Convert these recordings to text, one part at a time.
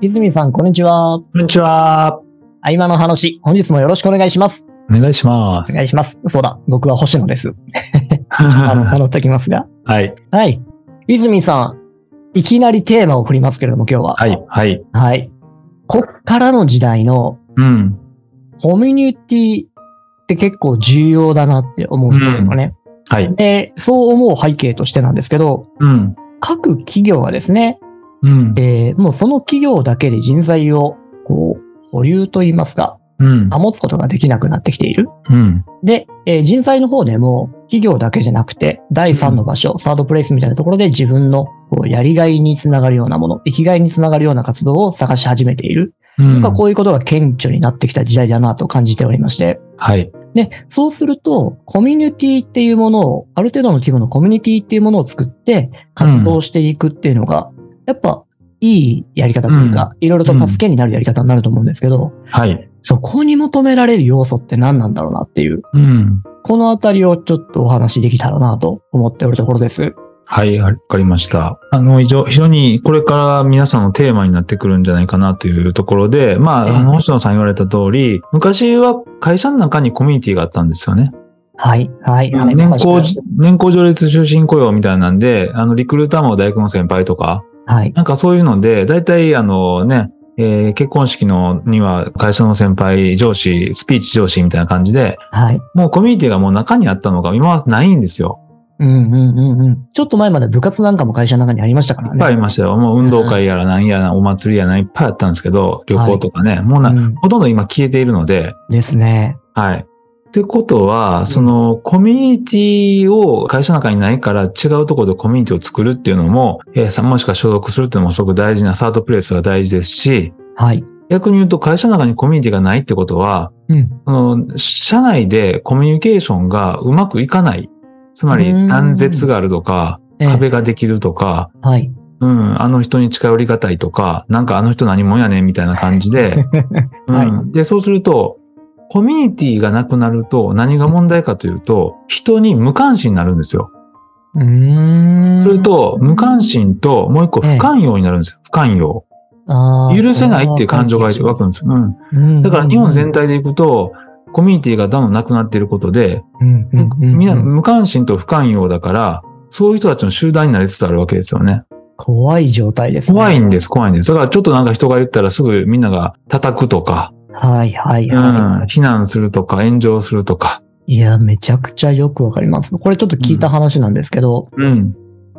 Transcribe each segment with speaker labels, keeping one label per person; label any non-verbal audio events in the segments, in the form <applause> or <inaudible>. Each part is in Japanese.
Speaker 1: 泉さん、こんにちは。
Speaker 2: こんにちは。
Speaker 1: 合間の話、本日もよろしくお願いします。
Speaker 2: お願いしま
Speaker 1: お
Speaker 2: す。
Speaker 1: 願いします。そうだ、僕は星野 <laughs> です。あの、
Speaker 2: は
Speaker 1: 頼っておきますが。
Speaker 2: い。
Speaker 1: はい。泉さん、いきなりテーマを振りますけれども、今日は。
Speaker 2: はい。はい。
Speaker 1: はい。こっからの時代の
Speaker 2: うん。
Speaker 1: コミュニティって結構重要だなって思うんですよね。
Speaker 2: はい。
Speaker 1: で、そう思う背景としてなんですけど、
Speaker 2: うん。
Speaker 1: 各企業はですね、
Speaker 2: うん。
Speaker 1: えーもうその企業だけで人材を、こう、保留といいますか、
Speaker 2: うん。
Speaker 1: 保つことができなくなってきている。
Speaker 2: うん。
Speaker 1: で、えー人材の方でも、企業だけじゃなくて、第3の場所、サードプレイスみたいなところで自分のこうやりがいにつながるようなもの、生きがいにつながるような活動を探し始めている。
Speaker 2: うん
Speaker 1: なんかこういうことが顕著になってきた時代だなと感じておりまして。
Speaker 2: はい。
Speaker 1: で、そうすると、コミュニティっていうものを、ある程度の規模のコミュニティっていうものを作って、活動していくっていうのが、やっぱ、いいやり方というか、いろいろと助けになるやり方になると思うんですけど、
Speaker 2: はい。
Speaker 1: そこに求められる要素って何なんだろうなっていう。
Speaker 2: うん。
Speaker 1: このあたりをちょっとお話しできたらなと思っておるところです。
Speaker 2: はい。わかりました。あの、非常非常にこれから皆さんのテーマになってくるんじゃないかなというところで、ま
Speaker 1: ええ
Speaker 2: あ、あの、星野さん言われた通り、昔は会社の中にコミュニティがあったんですよね。
Speaker 1: はい、はい、はい。
Speaker 2: 年功
Speaker 1: まさしく、
Speaker 2: 年功序列終身雇用みたいなんで、あの、リクルーターも大学の先輩とか、
Speaker 1: はい、
Speaker 2: なんかそういうので、大体あのね、えー結婚式のには会社の先輩、上司、スピーチ上司みたいな感じで、
Speaker 1: はい。
Speaker 2: もうコミュニティがもう中にあったのが今はないんですよ。
Speaker 1: うん、うん、うん、うん。ちょっと前まで部活なんかも会社の中にありましたから
Speaker 2: い
Speaker 1: ね。
Speaker 2: っぱいありましたよ。もう運動会やら何やらお祭りやらいっぱいあったんですけど、旅行とかね、もうな、
Speaker 1: うん
Speaker 2: ほとんど今消えているので、
Speaker 1: ですね。
Speaker 2: はい。ってことは、そのコミュニティを会社の中にないから違うところでコミュニティを作るっていうのも、えーさもしくは所属するっていうのもすごく大事なサードプレイスが大事ですし、
Speaker 1: はい。
Speaker 2: 逆に言うと会社の中にコミュニティがないってことは、
Speaker 1: うん。
Speaker 2: その社内でコミュニケーションがうまくいかない。つまり
Speaker 1: うーん
Speaker 2: 断絶があるとか、
Speaker 1: ええ
Speaker 2: 壁ができるとか、
Speaker 1: はい。
Speaker 2: うん、あの人に近寄りがたいとか、なんかあの人何者やねんみたいな感
Speaker 1: <laughs>
Speaker 2: じで、
Speaker 1: は
Speaker 2: うん、で、そうすると、コミュニティがなくなると何が問題かというと、人に無関心になるんですよ。
Speaker 1: うーん。
Speaker 2: それと、無関心と、もう一個不寛容になるんですよ。不寛容。
Speaker 1: あー、
Speaker 2: 許せないっていう感情が湧
Speaker 1: それは
Speaker 2: くんですよ。う
Speaker 1: 関係します
Speaker 2: ん。だから日本全体でいくと、コミュニティがどんどんなくなっていることで、
Speaker 1: うん、うん、うん。
Speaker 2: みんな
Speaker 1: うん
Speaker 2: 無関心と不寛容だから、そういう人たちの集団になりつつあるわけですよね。
Speaker 1: 怖い状態ですね。
Speaker 2: 怖いんです、怖いんです。だからちょっとなんか人が言ったらすぐみんなが叩くとか、
Speaker 1: はい、はいうは
Speaker 2: ん、非難するとか、炎上するとか。
Speaker 1: い。いや、めちゃくちゃよくわかります。これちょっと聞いた話なんですけど、
Speaker 2: うん。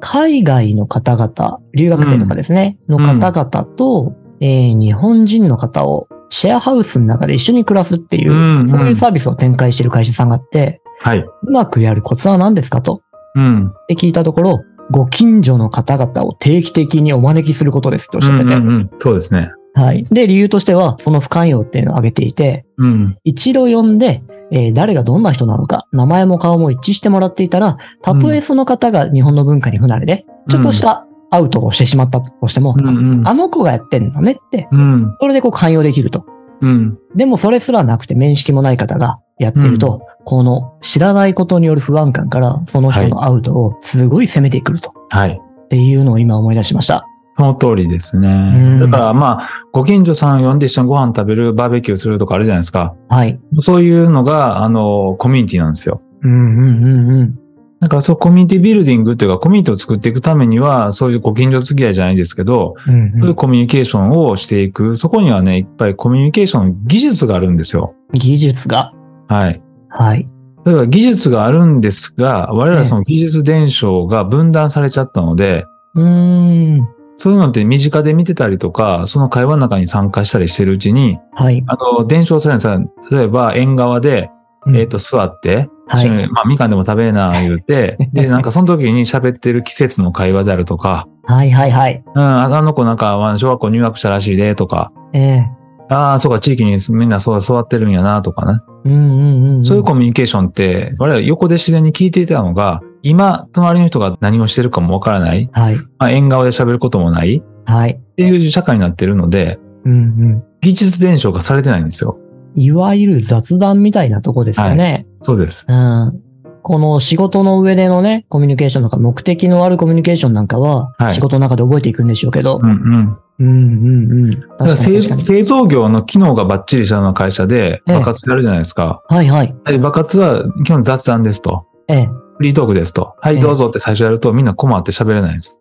Speaker 1: 海外の方々、留学生とかですね、の方々と、えー日本人の方をシェアハウスの中で一緒に暮らすっていう、
Speaker 2: うんうん
Speaker 1: そういうサービスを展開している会社さんがあって、
Speaker 2: はい。
Speaker 1: うまくやるコツは何ですかと
Speaker 2: うん。
Speaker 1: って聞いたところ、ご近所の方々を定期的にお招きすることですっておっしゃってて、
Speaker 2: うんうんうんそうですね。
Speaker 1: はい。で、理由としては、その不寛容っていうのを挙げていて、
Speaker 2: うん。
Speaker 1: 一度呼んで、えー誰がどんな人なのか、名前も顔も一致してもらっていたら、たとえその方が日本の文化に不慣れで、ちょっとしたアウトをしてしまったとしても、
Speaker 2: うんうん
Speaker 1: あの子がやってんのねって、
Speaker 2: うん。
Speaker 1: それでこう寛容できると。
Speaker 2: うん。
Speaker 1: でもそれすらなくて面識もない方がやってると、この知らないことによる不安感から、その人のアウトをすごい攻めてくると。
Speaker 2: はい。
Speaker 1: っていうのを今思い出しました。
Speaker 2: その通りです
Speaker 1: ん
Speaker 2: ね。だからまあ、ご近所さん呼んで一緒にご飯食べる、バーベキューするとかあるじゃないですか。
Speaker 1: はい。
Speaker 2: そういうのが、あの、コミュニティなんですよ。
Speaker 1: うんうんうんうん。
Speaker 2: なんかそうコミュニティビルディングっていうか、コミュニティを作っていくためには、そういうご近所付き合いじゃないですけど、
Speaker 1: うん
Speaker 2: そう
Speaker 1: う
Speaker 2: い
Speaker 1: ん
Speaker 2: うコミュニケーションをしていく。そこにはね、いっぱいコミュニケーションの技術があるんですよ。
Speaker 1: 技術が、
Speaker 2: はい。
Speaker 1: はい。
Speaker 2: だから技術があるんですが、我々はその技術伝承が分断されちゃったので、
Speaker 1: うーん。
Speaker 2: そういうのって身近で見てたりとか、その会話の中に参加したりしてるうちに、
Speaker 1: はい。
Speaker 2: あの、伝承されるんですよ例えば、縁側で、
Speaker 1: うん
Speaker 2: えっ、と、座って、
Speaker 1: はい
Speaker 2: 一緒にまあ、みかんでも食べな、言
Speaker 1: <laughs>
Speaker 2: うて、で、なんかその時に喋ってる季節の会話であるとか、
Speaker 1: はいはいはい。
Speaker 2: うん、ああの子なんか、まあ小学校入学したらしいで、とか、
Speaker 1: ええ
Speaker 2: ああ、そうか、地域にみんなそう育ってるんやな、とかね。
Speaker 1: うんうんうん。
Speaker 2: そういうコミュニケーションって、我々横で自然に聞いていたのが、今、隣の人が何をしてるかもわからない、
Speaker 1: はい。
Speaker 2: まあ、縁側で喋ることもないっ
Speaker 1: はい。
Speaker 2: ていう社会になってるので、
Speaker 1: うん
Speaker 2: 技術伝承がされてないんですよ。
Speaker 1: うん。いわゆる雑談みたいなとこですよね。
Speaker 2: そうです。
Speaker 1: うん。この仕事の上でのね、コミュニケーションとか目的のあるコミュニケーションなんかは、
Speaker 2: はい
Speaker 1: 仕事の中で覚えていくんでしょうけど、
Speaker 2: うんうん。
Speaker 1: うんうんうん。確
Speaker 2: だから
Speaker 1: かに
Speaker 2: 製
Speaker 1: 確か
Speaker 2: 製造業の機能がバッチリしたような会社で
Speaker 1: ええ
Speaker 2: 爆発やるじゃないですか。
Speaker 1: に。はいはい。
Speaker 2: で爆発は基本雑談ですと。
Speaker 1: ええ。
Speaker 2: フリートークですと。は
Speaker 1: ええ
Speaker 2: い、どうぞって最初やるとみんな困って喋れないです。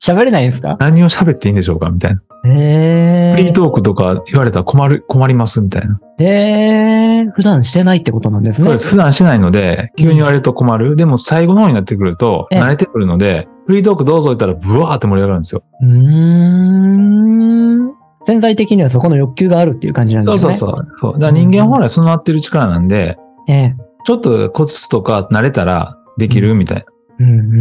Speaker 1: 喋れないんですか
Speaker 2: 何を喋っていいんでしょうかみたいな。
Speaker 1: へえ
Speaker 2: フリートークとか言われたら困る、困りますみたいな。
Speaker 1: へえ普段してないってことなんですね。
Speaker 2: そうです。普段しないので、急に言われると困る。でも最後の方になってくると、
Speaker 1: ええ
Speaker 2: 慣れてくるので、フリートークどうぞ言ったらブワーって盛り上がるんですよ。
Speaker 1: うーん。潜在的にはそこの欲求があるっていう感じなんで
Speaker 2: そう
Speaker 1: す
Speaker 2: そう
Speaker 1: ね。
Speaker 2: そう。
Speaker 1: そう
Speaker 2: そうだから人間本来備わってる力なんで、
Speaker 1: う。ええ
Speaker 2: ちょっとコツとか慣れたらできるみたいな。
Speaker 1: うんうんう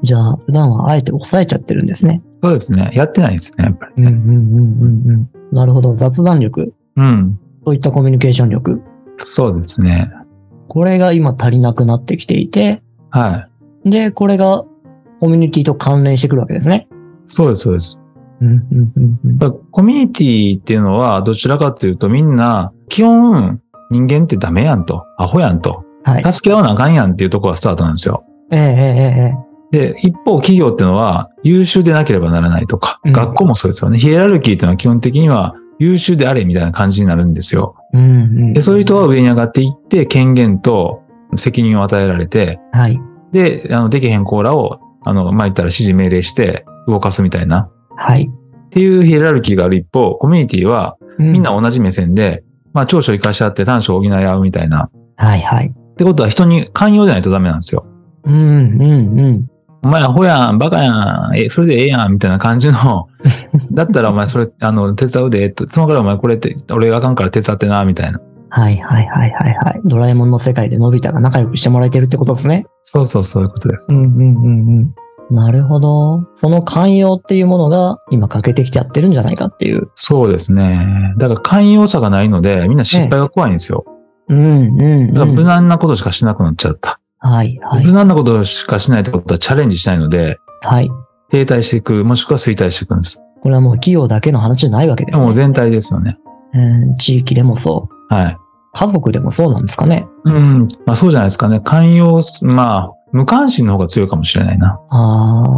Speaker 1: ん。じゃあ、普段はあえて抑えちゃってるんですね。
Speaker 2: そうですね。やってないですね、やっぱ
Speaker 1: う
Speaker 2: り
Speaker 1: んうん
Speaker 2: ね。
Speaker 1: うんうんうん。なるほど。雑談力。
Speaker 2: うん。
Speaker 1: そういったコミュニケーション力。
Speaker 2: そうですね。
Speaker 1: これが今足りなくなってきていて、
Speaker 2: はい。
Speaker 1: で、これがコミュニティと関連してくるわけですね。
Speaker 2: そうです、そうです。
Speaker 1: うんうんうんうん。
Speaker 2: やっぱコミュニティっていうのはどちらかというとみんな基本人間ってダメやんと、アホやんと、
Speaker 1: はい。
Speaker 2: 助け合わなあかんやんっていうところがスタートなんですよ。
Speaker 1: えええええ
Speaker 2: で、一方企業っていうのは優秀でなければならないとか、
Speaker 1: うん
Speaker 2: 学校もそうですよね。ヒエラルキーっていうのは基本的には優秀であれみたいな感じになるんですよ。
Speaker 1: え。うんうん。
Speaker 2: で、そういう人は上に上がっていって権限と責任を与えられて、
Speaker 1: はい。
Speaker 2: で、あの、できへんコーラを、あの、まあ、言ったら指示命令して動かすみたいな。
Speaker 1: はい。
Speaker 2: っていうヒエラルキーがある一方、コミュニティはみ
Speaker 1: み
Speaker 2: んな、同じ目線で、まあ長所を生かし合って短所を補い合うみたいな。
Speaker 1: はいはい。
Speaker 2: ってことは人に寛容じゃないとダメなんですよ。
Speaker 1: うんうんうん。
Speaker 2: お前アホやん、バカやん、え、それでええやん、みたいな感じ
Speaker 1: <laughs>
Speaker 2: の、だったらお前それ、あの、手伝うで、と、そのからいお前これって、俺があかんから手伝ってな、みたいな。
Speaker 1: はいはいはいはいはい。ドラえもんの世界でのび太が仲良くしてもらえてるってことですね。
Speaker 2: そうそう、そういうことです。
Speaker 1: うんうんうんうん。なるほど。その寛容っていうものが今欠けてきちゃってるんじゃないかっていう。
Speaker 2: そうですね。だから寛容さがないので、みんな失敗が怖いんですよ。
Speaker 1: うんうん、
Speaker 2: だから
Speaker 1: う
Speaker 2: 無
Speaker 1: ん。
Speaker 2: 難なことしかしなくなっちゃった。
Speaker 1: はいはい
Speaker 2: 無。難なことしかしないってことはチャレンジしないので、
Speaker 1: はい。
Speaker 2: 停滞していく、もしくは衰退していくんです。
Speaker 1: これはもう企業だけの話じゃないわけで、
Speaker 2: です
Speaker 1: ね。
Speaker 2: も全体ですよね。
Speaker 1: うん、地域でもそう。
Speaker 2: はい。
Speaker 1: 家族でもそうなんですかね。
Speaker 2: うん。まあそうじゃないですかね。寛容す、まあ、無関心の方が強いかもしれないな。
Speaker 1: ああ、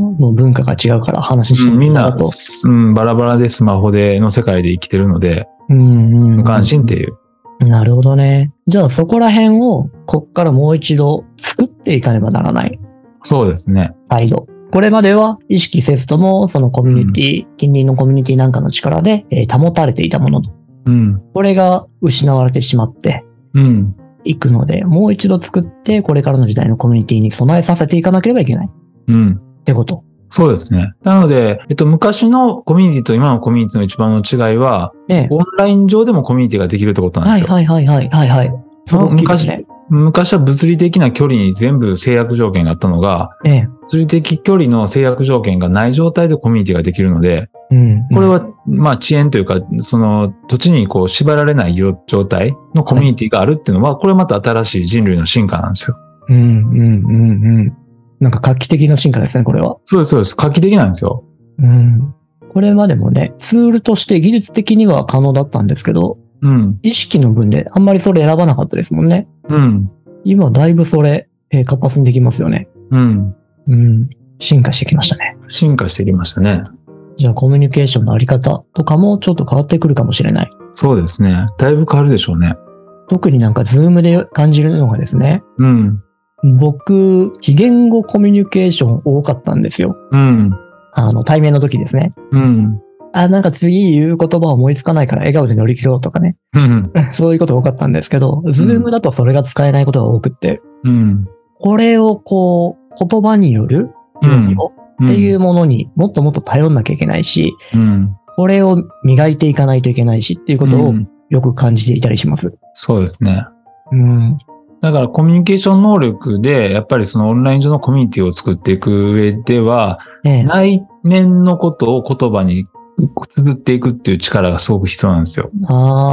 Speaker 1: もう文化が違うから話して
Speaker 2: うんみんな、
Speaker 1: だと。
Speaker 2: うん、バラバラでスマホでの世界で生きてるので、
Speaker 1: うんうん、
Speaker 2: 無関心っていう。
Speaker 1: なるほどね。じゃあそこら辺を、こっからもう一度作っていかねばならない。
Speaker 2: そうですね。
Speaker 1: 再度。これまでは意識せずとも、そのコミュニティ、近隣のコミュニティなんかの力で、えー保たれていたものと。
Speaker 2: うん。
Speaker 1: これが失われてしまって
Speaker 2: うん。
Speaker 1: いくので、もう一度作って、これからの時代のコミュニティに備えさせていかなければいけないっ
Speaker 2: うん。
Speaker 1: てこと。
Speaker 2: そうですね。なので、えっと、昔のコミュニティと今のコミュニティの一番の違いは、
Speaker 1: ね
Speaker 2: オンライン上でもコミュニティができるってことなん
Speaker 1: は
Speaker 2: で
Speaker 1: い
Speaker 2: すよ。
Speaker 1: はいはいはいはいはい。すごく大きいですね。
Speaker 2: 昔は物理的な距離に全部制約条件があったのが、
Speaker 1: ええ。
Speaker 2: 物理的距離の制約条件がない状態でコミュニティができるので、
Speaker 1: うん。
Speaker 2: これは、まあ、遅延というか、その、土地にこう、縛られないよ状態のコミュニティがあるっていうのは、これまた新しい人類の進化なんですよ。
Speaker 1: うんうんうんうん。なんか画期的な進化ですね、これは。
Speaker 2: そうです、そうです。画期的なんですよ。
Speaker 1: うん。これまでもね、ツールとして技術的には可能だったんですけど、
Speaker 2: うん。
Speaker 1: 意識の分であんまりそれ選ばなかったですもんね。
Speaker 2: うん。
Speaker 1: 今だいぶそれ、えー活発にできますよね。
Speaker 2: うん。
Speaker 1: うん。進化してきましたね。
Speaker 2: 進化してきましたね。
Speaker 1: じゃあコミュニケーションのあり方とかもちょっと変わってくるかもしれない。
Speaker 2: そうですね。だいぶ変わるでしょうね。
Speaker 1: 特になんかズームで感じるのがですね、
Speaker 2: うん。
Speaker 1: 僕、非言語コミュニケーション多かったんですよ。
Speaker 2: うん。
Speaker 1: あの、対面の時ですね。
Speaker 2: うん。
Speaker 1: あ、なんか次言う言葉思いつかないから笑顔で乗り切ろうとかね。 <laughs>
Speaker 2: うん。
Speaker 1: そういうこと多かったんですけど、ズームだとそれが使えないことが多くって、
Speaker 2: うん。
Speaker 1: これをこう、言葉による要素
Speaker 2: うん
Speaker 1: っていう。ものにもっともっと頼んなきゃいけないし、
Speaker 2: うん。
Speaker 1: これを磨いていかないといけないしっていうこと
Speaker 2: う
Speaker 1: を
Speaker 2: ん
Speaker 1: よく感じていたりします。
Speaker 2: そうですね。
Speaker 1: うん。
Speaker 2: だからコミュニケーション能力で、やっぱりそのオンライン上のコミュニティを作っていく上では、
Speaker 1: ねえ
Speaker 2: 内面のことを言葉に綴っていくっていう力がすごく必要なんですよ。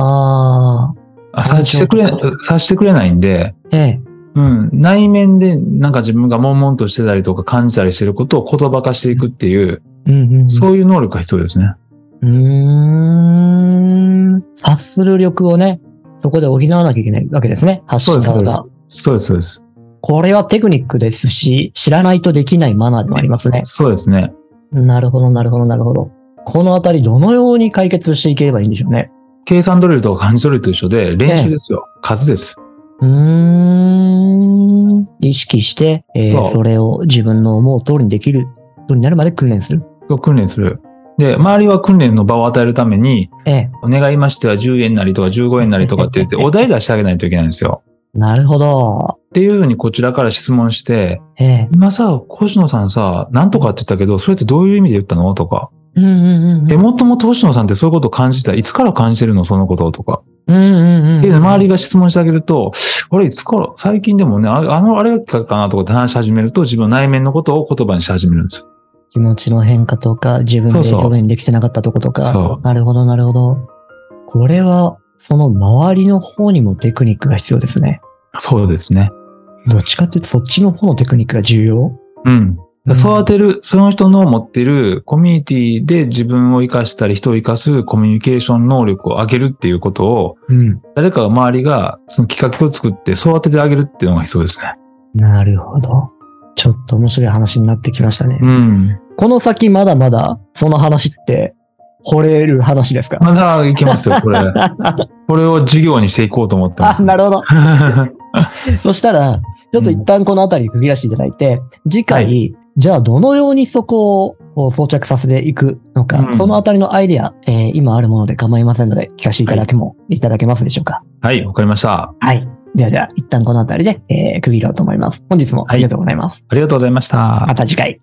Speaker 1: あ
Speaker 2: あ察してくれ、察してくれないんで、
Speaker 1: ー。ええ。
Speaker 2: うん、内面でなんか自分が悶々としてたりとか感じたりしてることを言葉化していくっていう、
Speaker 1: うんうん、うん。
Speaker 2: そういう能力が必要ですね。
Speaker 1: うーん。察する力をね、そこで補わなきゃいけないわけですね。発信
Speaker 2: そ
Speaker 1: 側
Speaker 2: うです
Speaker 1: が。
Speaker 2: そうです、そうです。
Speaker 1: これはテクニックですし、知らないとできないマナーでもありますね。
Speaker 2: そうですね。
Speaker 1: なるほど、なるほど、なるほど。このあたり、どのように解決していければいいんでしょうね。
Speaker 2: 計算ドリルとか漢字ドリルと一緒で、練習ですよ。数です。
Speaker 1: うーん。意識して、えー
Speaker 2: そう
Speaker 1: それを自分の思う通りにできるようになるまで訓練する。
Speaker 2: を訓練する。で、周りは訓練の場を与えるために、
Speaker 1: ええ。
Speaker 2: お願いましては10円なりとか15円なりとかって
Speaker 1: <laughs>
Speaker 2: 言って、お題出してあげないといけないんですよ。
Speaker 1: なるほど。
Speaker 2: っていうふうにこちらから質問して、
Speaker 1: ええ。
Speaker 2: 今さ、星野さんさ、なんとかって言ったけど、それってどういう意味で言ったのとか。
Speaker 1: うんうんうんうん。
Speaker 2: え、もともと星野さんってそういうことを感じてた。いつから感じてるのそのことをとか。
Speaker 1: うんうん
Speaker 2: で、
Speaker 1: うん。
Speaker 2: 周りが質問してあげると、あれ、いつから、最近でもね、ああの、あれがきっかけかなとかって話し始めると、自分の内面のことを言葉にし始めるんですよ。
Speaker 1: 気持ちの変化とか、自分
Speaker 2: そう
Speaker 1: で
Speaker 2: そう
Speaker 1: 表現できてなかったとことか。
Speaker 2: そ
Speaker 1: なるほど、なるほど。これは、その周りの方にもテクニックが必要ですね。
Speaker 2: う。そうですね。
Speaker 1: どっちかっていうと、そっちの方のテクニックが重要
Speaker 2: うん。育てる、その人の持ってるコミュニティで自分を生かしたり人を生かすコミュニケーション能力を上げるっていうことを、
Speaker 1: うん。
Speaker 2: 誰かが周りがその企画を作って育ててあげるっていうのが必要ですね。
Speaker 1: なるほど。ちょっと面白い話になってきましたね。
Speaker 2: うん。
Speaker 1: この先まだまだ、その話って、惚れる話ですか
Speaker 2: まだいけますよ、
Speaker 1: <laughs>
Speaker 2: これ。これを授業にしていこうと思ってま
Speaker 1: あ、
Speaker 2: す。
Speaker 1: なるほど。
Speaker 2: る
Speaker 1: そしたら、ちょっと一旦このあたりに区切らせていただいて、次回、
Speaker 2: は
Speaker 1: じゃあどのようにそこをこう装着させていくのか、
Speaker 2: うん
Speaker 1: そのあたりのアイディア、えー今あるもので構いませんので、聞かせていただけも、い、ただけますでしょうか。
Speaker 2: <laughs> はい、わかりました。
Speaker 1: はい。ではでは、一旦このあたりで、えー区切ろうと思います。本日もありがとうございます。
Speaker 2: ありがとうございました
Speaker 1: ま。た次回。